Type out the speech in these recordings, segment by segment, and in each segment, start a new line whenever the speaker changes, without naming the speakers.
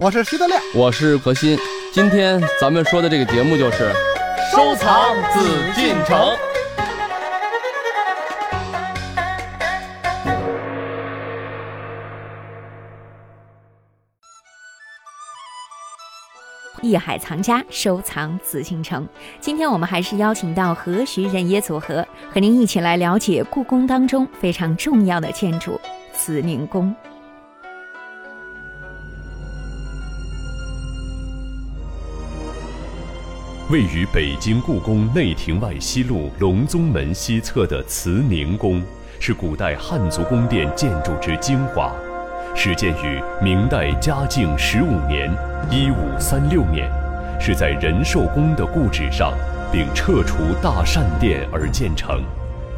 我是徐德亮，
我是何鑫。今天咱们说的这个节目就是
收藏紫禁城。
艺海藏家收藏紫禁城。今天我们还是邀请到何徐人也组合，和您一起来了解故宫当中非常重要的建筑——慈宁宫。
位于北京故宫内廷外西路隆宗门西侧的慈宁宫，是古代汉族宫殿建筑之精华，始建于明代嘉靖十五年（一五三六年），是在仁寿宫的故址上，并撤除大善殿而建成。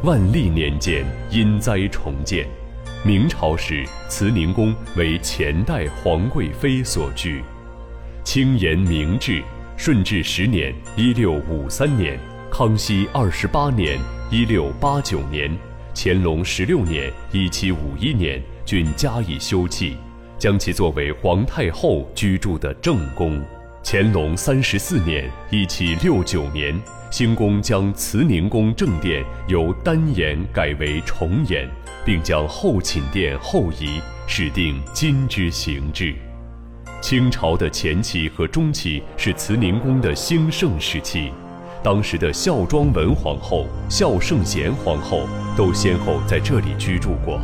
万历年间因灾重建，明朝时慈宁宫为前代皇贵妃所居。清延明治。顺治十年（一六五三年）、康熙二十八年（一六八九年）、乾隆十六年（一七五一年）均加以修葺，将其作为皇太后居住的正宫。乾隆三十四年（一七六九年），兴宫将慈宁宫正殿由单檐改为重檐，并将后寝殿后移，始定今之形制。清朝的前期和中期是慈宁宫的兴盛时期，当时的孝庄文皇后、孝圣贤皇后都先后在这里居住过。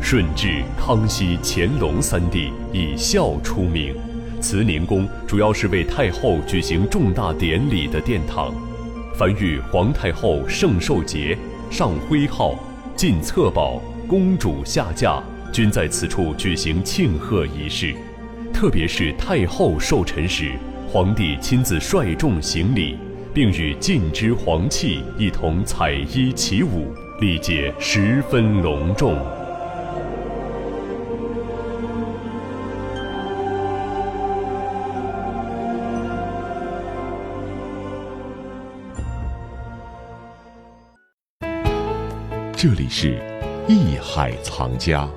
顺治、康熙、乾隆三帝以孝出名，慈宁宫主要是为太后举行重大典礼的殿堂。凡遇皇太后圣寿节、上徽号、进册宝、公主下嫁，均在此处举行庆贺仪式。特别是太后寿辰时，皇帝亲自率众行礼，并与近之皇戚一同彩衣起舞，礼节十分隆重。这里是艺海藏家。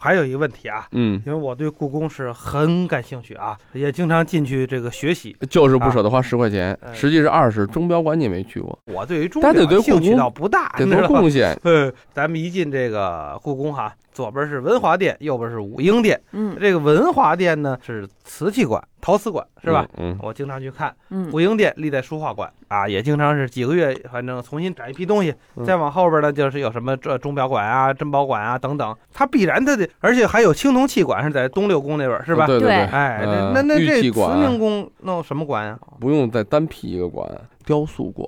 还有一个问题啊，
嗯，
因为我对故宫是很感兴趣啊，也经常进去这个学习。
就是不舍得花十块钱，
哎
实际是二十。钟表馆你没去过，
我对于钟
但得对
表
故
兴趣
宫
倒不大，
得
你知
多
道啊吧
贡献。
呃，咱们一进这个故宫哈，左边是文华殿，右边是武英殿。
嗯
这个文华殿呢是瓷器馆、陶瓷馆，是吧？？
嗯，
我经常去看。
嗯
武英殿历代书画馆啊，也经常是几个月，反正重新展一批东西。
嗯
再往后边呢，就是有什么这钟表馆啊、珍宝馆啊等等，它必然它得，而且还有青铜器馆是在东六宫那边，是吧？
啊对
对
对，
哎，
呃
那那那
玉
这
器
慈
馆
宁宫弄什么馆啊呀、
不用再单辟一个馆，雕塑馆。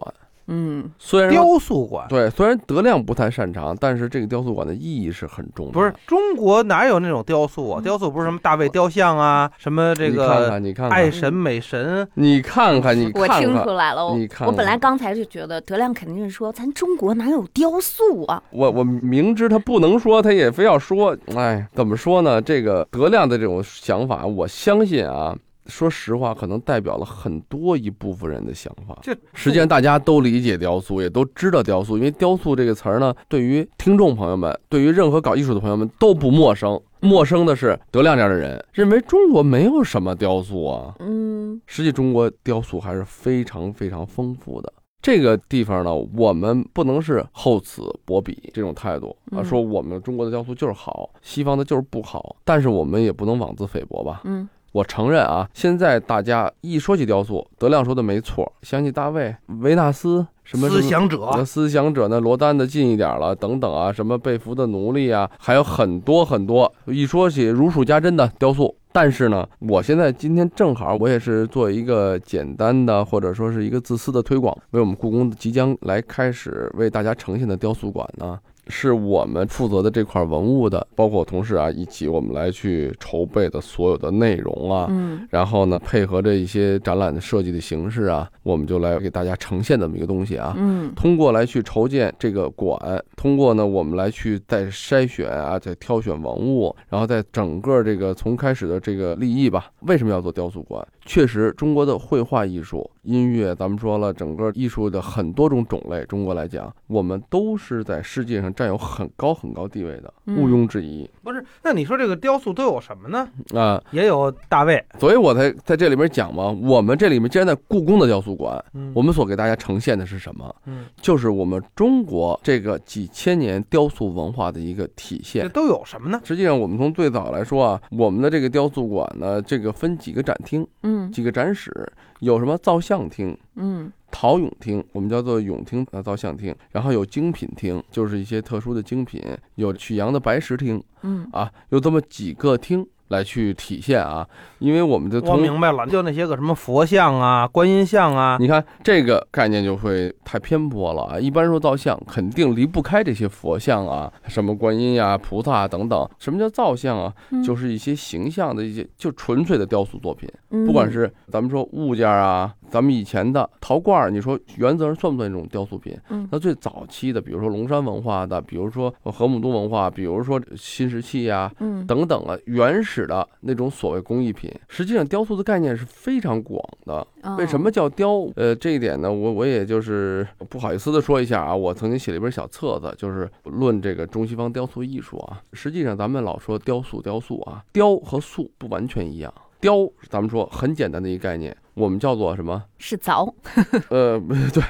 嗯
虽然
雕塑馆
对，虽然德亮不太擅长，但是这个雕塑馆的意义是很重的。
不是中国哪有那种雕塑啊？
嗯
雕塑不是什么大卫雕像啊，什么这
你看
个
看，你看
爱
看，
神美神，
你看看，你
我
看
听出
看，
来了，哦
你看
我本来
看
刚才就觉得德亮肯定是说，咱中国哪有雕塑啊？
我我明知他不能说，他也非要说。哎，怎么说呢？这个德亮的这种想法，我相信啊，说实话，可能代表了很多一部分人的想法。
这
实际上，大家都理解雕塑，也都知道雕塑，因为雕塑这个词儿呢，对于听众朋友们，对于任何搞艺术的朋友们都不陌生。陌生的是德亮这样的人，认为中国没有什么雕塑啊。
嗯
实际中国雕塑还是非常非常丰富的。这个地方呢，我们不能是厚此薄彼这种态度啊，
嗯
说我们中国的雕塑就是好，西方的就是不好，但是我们也不能妄自菲薄吧。
嗯
我承认啊，现在大家一说起雕塑，德亮说的没错，想起大卫、维纳斯什么什嗯
思
么
想者
那思想者呢，罗丹的近一点了，等等啊，什么被俘的奴隶啊，还有很多很多。一说起如数家珍的雕塑，但是呢，我现在今天正好，我也是做一个简单的，或者说是一个自私的推广，为我们故宫即将来开始为大家呈现的雕塑馆呢。是我们负责的这块文物的，包括我同事啊，一起我们来去筹备的所有的内容啊，
嗯
然后呢，配合着一些展览的设计的形式啊，我们就来给大家呈现这么一个东西啊。
嗯
通过来去筹建这个馆，通过呢我们来去再筛选啊，再挑选文物，然后再整个这个从开始的这个立意吧。为什么要做雕塑馆？确实，中国的绘画艺术、音乐，咱们说了，整个艺术的很多种种类，中国来讲，我们都是在世界上占有很高很高地位的，
嗯
毋庸置疑
不是，那你说这个雕塑都有什么呢？
啊、
也有大卫，
所以我才在这里面讲嘛，我们这里面既然在故宫的雕塑馆，
嗯
我们所给大家呈现的是什么？
嗯，
就是我们中国这个几千年雕塑文化的一个体
这
现。
都有什么呢？
实际上，我们从最早来说啊，我们的这个雕塑馆呢，这个分几个展厅、
嗯
几个展室，有什么造像厅、
嗯
陶俑厅，我们叫做俑厅啊，造像厅，然后有精品厅，就是一些特殊的精品，有曲阳的白石厅
嗯
啊，有这么几个厅来去体现啊，因为我们的
我
从
明白了，就那些个什么佛像啊、观音像啊，
你看这个概念就会太偏颇了啊！一般说造像，肯定离不开这些佛像啊，什么观音呀、菩萨啊等等。什么叫造像啊？
嗯
就是一些形象的一些，就纯粹的雕塑作品，
嗯
不管是咱们说物件啊，咱们以前的陶罐儿，你说原则上算不算一种雕塑品？
嗯
那最早期的，比如说龙山文化的，比如说河姆渡文化，比如说新石器呀、
嗯
等等啊，原始的那种所谓工艺品，实际上雕塑的概念是非常广的。
嗯
为什么叫雕？呃，这一点呢，我我也就是不好意思的说一下啊，我曾经写了一本小册子，就是论这个中西方雕塑艺术啊。实际上，咱们老说雕塑，雕塑啊，雕和塑不完全一样。雕，咱们说很简单的一个概念，我们叫做什么？
是凿？
呃， 对，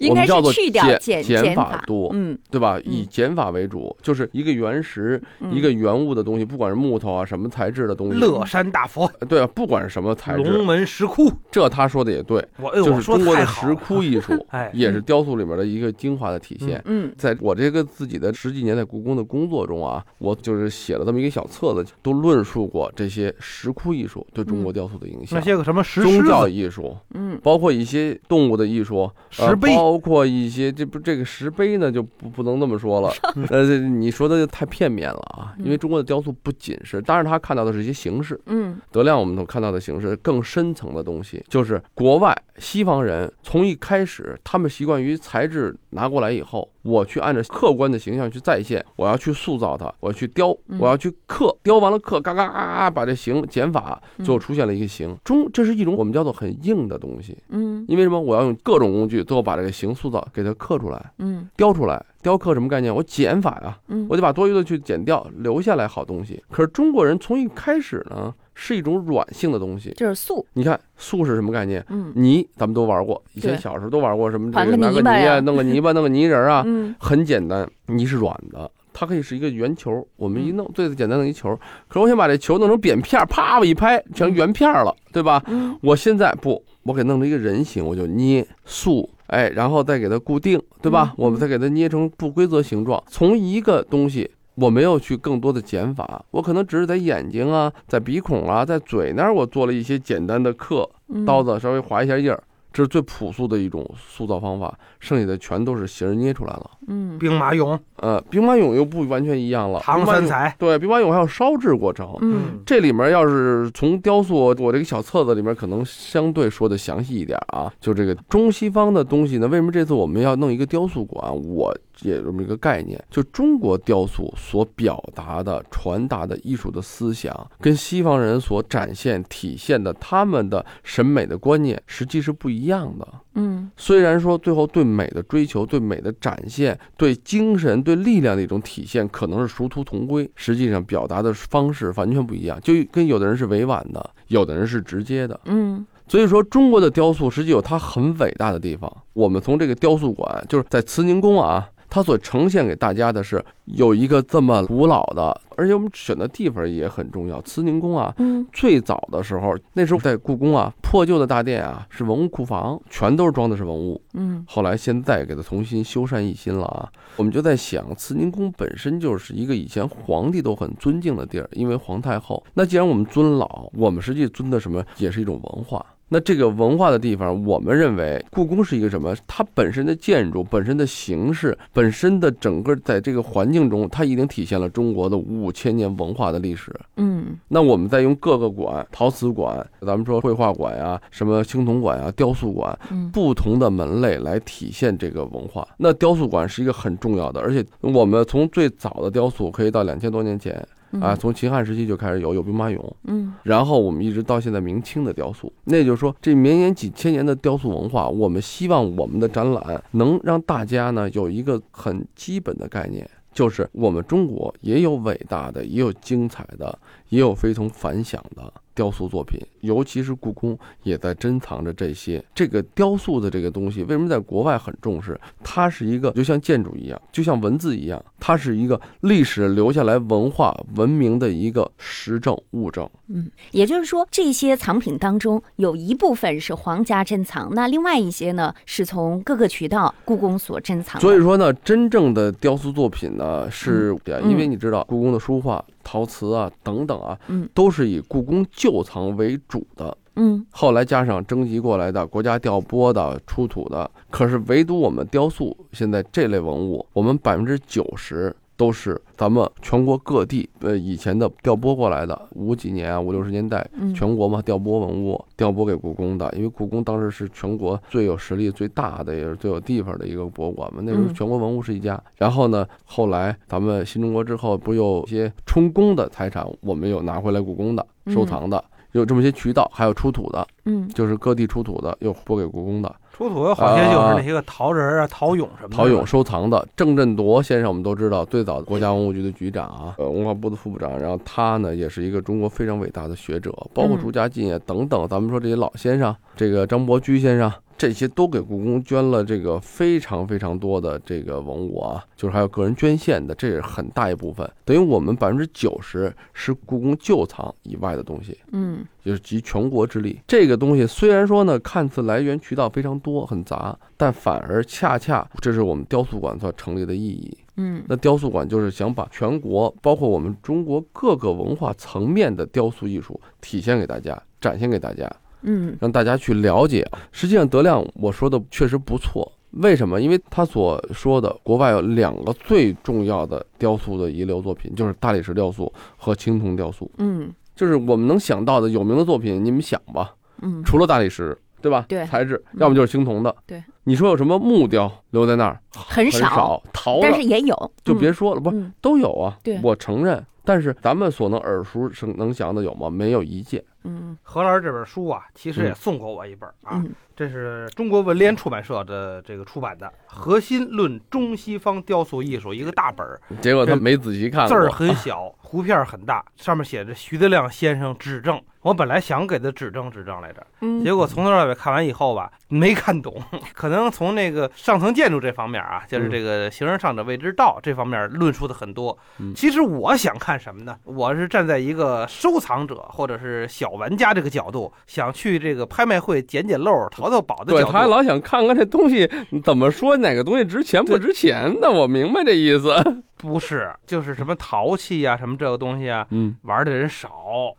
应
我
该
们叫
是
做
去掉
减
减
减
法
法度
嗯
对吧？以减法为主，就是一个原石，
嗯
一个原物的东西，不管是木头啊，什么材质的东西，
嗯乐山大佛、
呃对啊，不管是什么材
龙
质，
门石窟，
这他说的也对，
我哎，
就
我
是
说
中国
太
的
好
石
了，，
窟艺术
哎，
也是雕塑里面的一个精华的体现。
嗯
在我这个自己的十几年在故宫的工作中啊，我就是写了这么一个小册子，都论述过这些石窟艺术对中国雕塑的影响
嗯那，些个什么石狮
宗教
子、
艺术，
嗯
包括一些动物的艺术，呃
石碑，
包括一些这不这个石碑呢就不不能这么 说了，呃，这你说的就太片面了啊，因为
嗯
中国的雕塑不仅是，当然他看到的是一些形式，
嗯
德亮我们能看到的形式更深层的东西，就是国外西方人从一开始，他们习惯于材质拿过来以后，我去按照客观的形象去再现，我要去塑造它，我要去雕，
嗯
我要去刻，雕完了刻，嘎嘎嘎嘎嘎，把这形减法，最后出现了一个形中，这是一种我们叫做很硬的东西，
嗯
因为什么？我要用各种工具，最后把这个形塑造，给它刻出来，
嗯
雕出来。雕刻什么概念？我减法呀、
嗯，
我得把多余的去减掉，留下来好东西。可是中国人从一开始呢，是一种软性的东西。
就是素
你看素是什么概念？
嗯
泥咱们都玩过，以前
对
小时候都玩过什么这
团个
个拿
泥
个泥
巴呀
啊，弄个泥巴，弄个泥人儿啊，
嗯
很简单。泥是软的，它可以是一个圆球，我们一
嗯
弄最简单的一球。可是我想把这球弄成扁片儿，啪我一拍成圆片儿了，对吧？
嗯
我现在不，我给弄成一个人形，我就捏塑，哎，然后再给它固定，对吧？
嗯
我们再给它捏成不规则形状。从一个东西，我没有去更多的减法，我可能只是在眼睛啊，在鼻孔啊，在嘴那儿，我做了一些简单的刻，
嗯
刀子稍微划一下印儿，这是最朴素的一种塑造方法，剩下的全都是形儿捏出来了。
嗯
兵马俑、
呃，兵马俑又不完全一样了，
唐
兵马
三
俑
彩，
对，兵马俑还有烧制过程，
嗯
这里面要是从雕塑，我这个小册子里面可能相对说的详细一点啊。就这个中西方的东西呢，为什么这次我们要弄一个雕塑馆？我也有这么一个概念，就中国雕塑所表达的、传达的艺术的思想，跟西方人所展现、体现的他们的审美的观念，实际是不一样的。
嗯
虽然说最后对美的追求、对美的展现、对精神、对力量的一种体现，可能是殊途同归，实际上表达的方式完全不一样，就跟有的人是委婉的，有的人是直接的。
嗯
所以说，中国的雕塑实际有它很伟大的地方。我们从这个雕塑馆，就是在慈宁宫啊，它所呈现给大家的是有一个这么古老的，而且我们选的地方也很重要。慈宁宫啊，
嗯
最早的时候，那时候在故宫啊，破旧的大殿啊，是文物库房，全都是装的是文物。
嗯
后来现在给它重新修缮一新了啊。我们就在想，慈宁宫本身就是一个以前皇帝都很尊敬的地儿，因为皇太后。那既然我们尊老，我们实际尊的什么，也是一种文化。那这个文化的地方，我们认为故宫是一个什么？它本身的建筑、本身的形式、本身的整个在这个环境中，它已经体现了中国的五千年文化的历史。
嗯
那我们再用各个馆，陶瓷馆，咱们说绘画馆呀、什么青铜馆呀、雕塑馆，
嗯
不同的门类来体现这个文化。那雕塑馆是一个很重要的，而且我们从最早的雕塑可以到两千多年前，啊，，从秦汉时期就开始有，有兵马俑，
嗯
然后我们一直到现在明清的雕塑，那也就是说，这绵延几千年的雕塑文化，我们希望我们的展览能让大家呢有一个很基本的概念，就是我们中国也有伟大的，也有精彩的，也有非同凡响的雕塑作品，尤其是故宫也在珍藏着这些。这个雕塑的这个东西，为什么在国外很重视？它是一个就像建筑一样，就像文字一样，它是一个历史留下来文化文明的一个实证物证。
嗯，也就是说，这些藏品当中有一部分是皇家珍藏，那另外一些呢，是从各个渠道故宫所珍藏的。
所以说呢，真正的雕塑作品呢，是对啊
啊嗯
因为你知道故宫的书画、陶瓷啊等等啊
嗯，
都是以故宫旧藏为主的。
嗯
后来加上征集过来的、国家调拨的、出土的，可是唯独我们雕塑现在这类文物，我们百分之九十都是咱们全国各地呃以前的调拨过来的，五几年啊五六十年代
嗯，
全国嘛调拨文物，调拨给故宫的，因为故宫当时是全国最有实力、最大的，也是最有地方的一个博物馆嘛。那时候
嗯
全国文物是一家。然后呢，后来咱们新中国之后，不是有一些充公的财产，我们有拿回来故宫的
嗯
收藏的，有这么些渠道，还有出土的，
嗯
就是各地出土的，又拨给故宫的。
出土的好些就是那些个陶人啊、陶俑什么的。
陶俑收藏的郑振铎先生，我们都知道，最早国家文物局的局长啊，
嗯
呃，文化部的副部长，然后他呢也是一个中国非常伟大的学者，包括
嗯
朱家进啊等等，咱们说这些老先生，这个张伯驹先生。这些都给故宫捐了这个非常非常多的这个文物啊，就是还有个人捐献的，这是很大一部分，等于我们百分之九十是故宫旧藏以外的东西。
嗯
就是集全国之力。这个东西虽然说呢，看似来源渠道非常多，很杂，但反而恰恰这是我们雕塑馆所成立的意义。
嗯
那雕塑馆就是想把全国，包括我们中国各个文化层面的雕塑艺术体现给大家，展现给大家。
嗯
让大家去了解。实际上，德亮我说的确实不错。为什么？因为他所说的国外有两个最重要的雕塑的遗留作品，就是大理石雕塑和青铜雕塑。
嗯
就是我们能想到的有名的作品，你们想吧，
嗯，
除了大理石，对吧？
对
材质，
嗯
要么就是青铜的。
对，
你说有什么木雕留在那儿？
很
很少，陶
但是
的
也有，
就
嗯
别说了，不
嗯
都有啊？
对
我承认。但是咱们所能耳熟能详的有吗？没有一件。
嗯
何老师这本书啊，其
嗯
实也送过我一本啊，
嗯
这是中国文联出版社的这个出版的《核心论中西方雕塑艺术》，一个大本儿，
结果他
这
没仔细看
字
过，
儿很小， 图片儿很大，上面写着徐德亮先生指正。我本来想给他指正指正来着，
嗯
结果从头到尾看完以后吧， 没看懂，可能从那个上层建筑这方面
嗯
啊，就是这个“行人上者谓之道”这方面论述的很多
嗯。
其实我想看什么呢？我是站在一个收藏者或者是小玩家这个角度，想去这个拍卖会捡捡漏儿、淘淘宝的
对
角
他
度。
老想看看这东西怎么说，哪个东西值钱不值钱的，我明白这意
嗯
思。
不是，就是什么陶器呀、什么这个东西啊，
嗯，
玩的人少。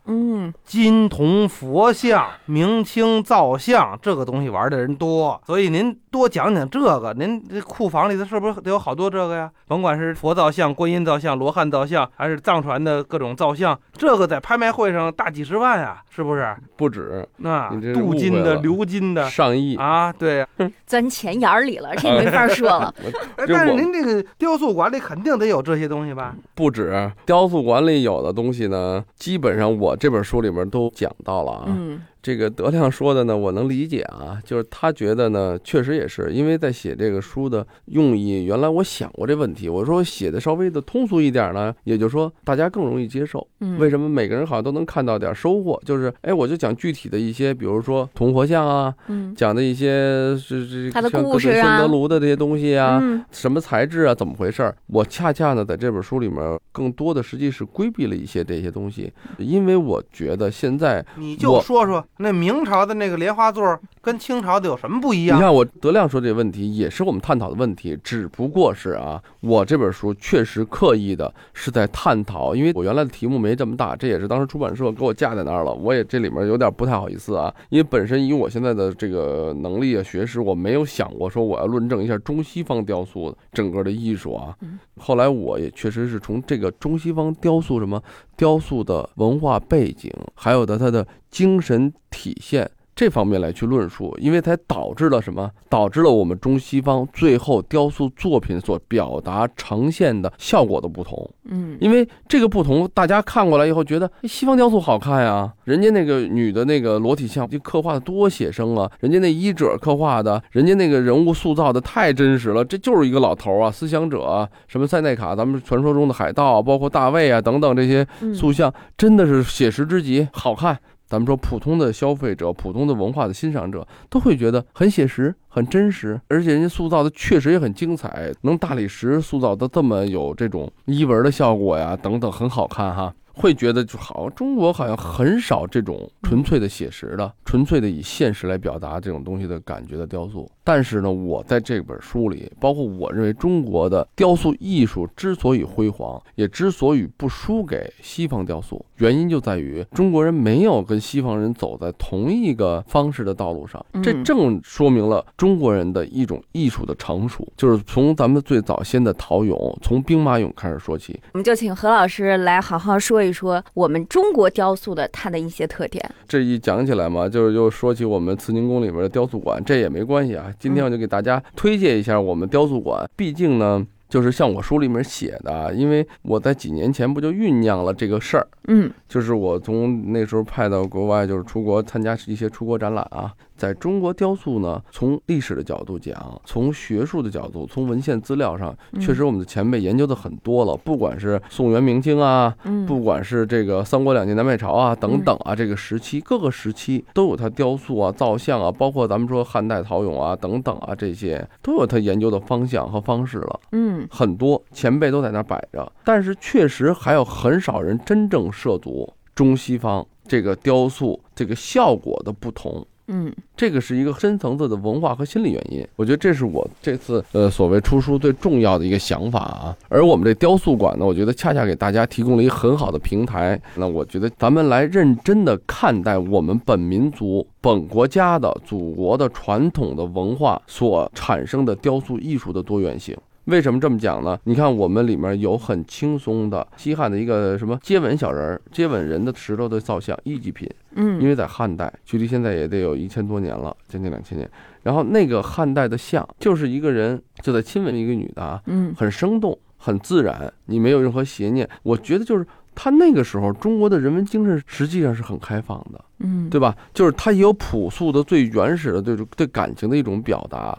嗯
金铜佛像、明清造像这个东西玩的人多，所以您多讲讲这个。您这库房里头是不是得有好多这个呀？甭管是佛造像、观音造像、罗汉造像，还是藏传的各种造像，这个在拍卖会上大几十万啊，是不是？
不止
那
嗯你这是误
镀
会
金的、
了
鎏 金的
上亿。
啊，对呀。
钻钱眼儿里了，这没法说了。
哎
这
但是
我
您这个雕塑馆里肯定得有这些东西吧？
不止雕塑馆里有的东西呢，基本上我这本书里面都讲到了啊。
嗯
这个德亮说的呢，我能理解啊，就是他觉得呢，确实也是因为在写这个书的用意，原来我想过这问题，我说写的稍微的通俗一点呢，也就是说大家更容易接受。
嗯，
为什么每个人好像都能看到点收获？就是哎，我就讲具体的一些，比如说铜佛像啊，
嗯
讲的一些是是
他的
像
故事
跟顺
啊
德炉的这些东西啊，
嗯
什么材质啊，怎么回事儿？我恰恰呢，在这本书里面，更多的实际是规避了一些这些东西，因为我觉得现在，
你
我
就说说那明朝的那个莲花座跟清朝的有什么不一
你
样？
看我德亮说这个问题，也是我们探讨的问题，只不过是啊，我这本书确实刻意的是在探讨，因为我原来的题目没这么大，这也是当时出版社给我架在那儿了，我也这里面有点不太好意思啊，因为本身以我现在的这个能力啊、学识，我没有想过说我要论证一下中西方雕塑整个的艺术啊，后来我也确实是从这个中西方雕塑什么雕塑的文化背景，还有的它的精神体现这方面来去论述，因为才导致了什么？导致了我们中西方最后雕塑作品所表达呈现的效果的不同。
嗯
因为这个不同，大家看过来以后觉得哎西方雕塑好看呀、人家那个女的那个裸体像就刻画的多写生啊，人家那衣褶刻画的，人家那个人物塑造的太真实了，这就是一个老头啊，思想者啊，什么塞内卡，咱们传说中的海盗啊，包括大卫啊等等这些
嗯
塑像，真的是写实之极，好看。咱们说普通的消费者、普通的文化的欣赏者都会觉得很写实、很真实，而且人家塑造的确实也很精彩，能大理石塑造的这么有这种衣纹的效果呀，等等，很好看哈。会觉得就好，中国好像很少这种纯粹的写实的、纯粹的以现实来表达这种东西的感觉的雕塑。但是呢，我在这本书里，包括我认为中国的雕塑艺术之所以辉煌，也之所以不输给西方雕塑，原因就在于中国人没有跟西方人走在同一个方式的道路上。这
嗯
正说明了中国人的一种艺术的成熟，就是从咱们最早先的陶俑，从兵马俑开始说起。
我们就请何老师来好好说一说我们中国雕塑的它的一些特点。
这一讲起来嘛，就是又说起我们慈宁宫里边的雕塑馆，这也没关系啊。今天我就给大家推荐一下我们雕塑馆，毕竟呢。就是像我书里面写的啊，因为我在几年前不就酝酿了这个事儿，
嗯
就是我从那时候派到国外，就是出国参加一些出国展览啊。在中国雕塑呢，从历史的角度讲，从学术的角度，从文献资料上，确实我们的前辈研究的很多了，不管是宋元明清啊，
嗯
不管是这个三国两晋南北朝啊等等啊，这个时期各个时期都有它雕塑啊、造像啊，包括咱们说汉代陶俑啊等等啊，这些都有它研究的方向和方式了。
嗯
很多前辈都在那儿摆着，但是确实还有很少人真正涉足中西方这个雕塑这个效果的不同。
嗯
这个是一个深层次的文化和心理原因，我觉得这是我这次呃所谓出书最重要的一个想法啊。而我们这雕塑馆呢，我觉得恰恰给大家提供了一个很好的平台。那我觉得咱们来认真的看待我们本民族、本国家的祖国的传统的文化所产生的雕塑艺术的多元性。为什么这么讲呢？你看，我们里面有很轻松的西汉的一个什么接吻小人儿、接吻人的石头的造像，艺伎品。因
嗯
为在汉代，距离现在也得有一千多年了，将近两千年。然后那个汉代的像，就是一个人就在亲吻一个女的啊，
嗯
很生动，很自然，你没有任何邪念。我觉得就是他那个时候中国的人文精神实际上是很开放的，
嗯，
对吧？就是他也有朴素的、最原始的对对感情的一种表达。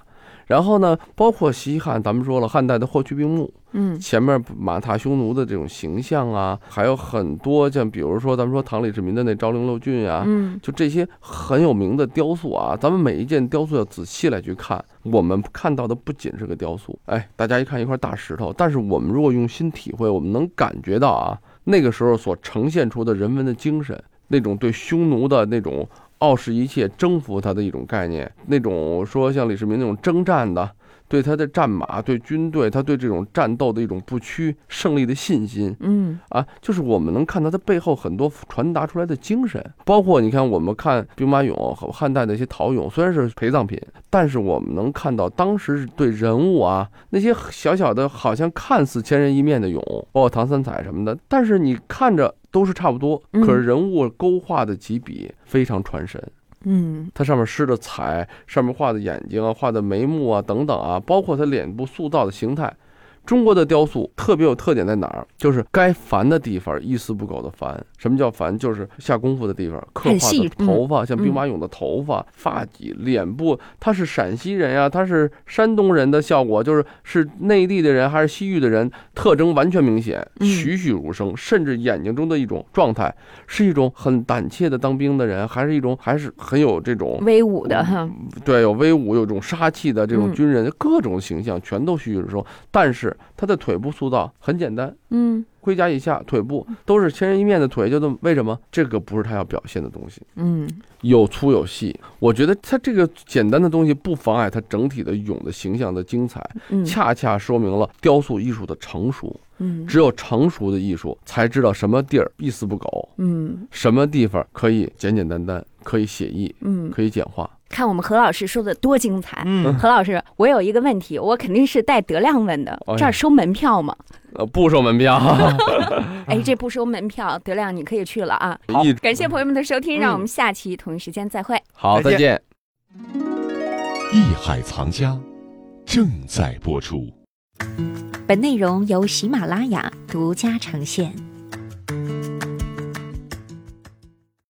然后呢，包括西汉，咱们说了汉代的霍去病墓，
嗯
前面马踏匈奴的这种形象啊，还有很多像比如说咱们说唐李世民的那昭陵六骏啊，
嗯
就这些很有名的雕塑啊，咱们每一件雕塑要仔细来去看。我们看到的不仅是个雕塑，哎，大家一看一块大石头，但是我们如果用心体会，我们能感觉到啊，那个时候所呈现出的人文的精神，那种对匈奴的那种傲视一切、征服他的一种概念，那种说像李世民那种征战的。对他的战马、对军队、他对这种战斗的一种不屈、胜利的信心，
嗯
啊，就是我们能看到它背后很多传达出来的精神，包括你看我们看兵马俑和汉代的一些陶俑，虽然是陪葬品，但是我们能看到当时是对人物啊那些小小的，好像看似千人一面的俑，包括唐三彩什么的，但是你看着都是差不多，可是人物勾画的几笔非常传神。
嗯
它上面施的彩，上面画的眼睛啊，画的眉目啊等等啊，包括它脸部塑造的形态。中国的雕塑特别有特点在哪儿？就是该繁的地方一丝不苟的繁。什么叫繁？就是下功夫的地方，刻
很
画
细
的
嗯
头发，像兵马俑的头发、发髻、脸部，他是陕西人呀、他是山东人的效果，就是是内地的人还是西域的人，特征完全明显，
嗯
栩栩如生，甚至眼睛中的一种状态，是一种很胆怯的当兵的人，还是一种还是很有这种
威武
嗯
的哈，
对，有威武，有一种杀气的这种
嗯
军人，各种形象全都栩栩如生。但是他的腿部塑造很简单，
嗯
盔甲以下腿部都是千人一面的腿，就这么。为什么？这个不是他要表现的东西，
嗯
有粗有细。我觉得他这个简单的东西不妨碍他整体的俑的形象的精彩，
嗯
恰恰说明了雕塑艺术的成熟。
嗯
只有成熟的艺术才知道什么地儿一丝不苟，
嗯
什么地方可以简简单单，可以写意，
嗯，
可以简化。
看我们何老师说的多精彩。
嗯，
何老师，我有一个问题，我肯定是带德亮问的
哎呀。
这儿收门票吗？
嗯
呃，不收门 票，
哎，这不收门票，德亮你可以去了啊！
好
一
感谢朋友们的收听，
嗯
让我们下期同一时间再会。
好，
再
再
见
见。
艺海藏家正在播出。
本内容由喜马拉雅独家呈现。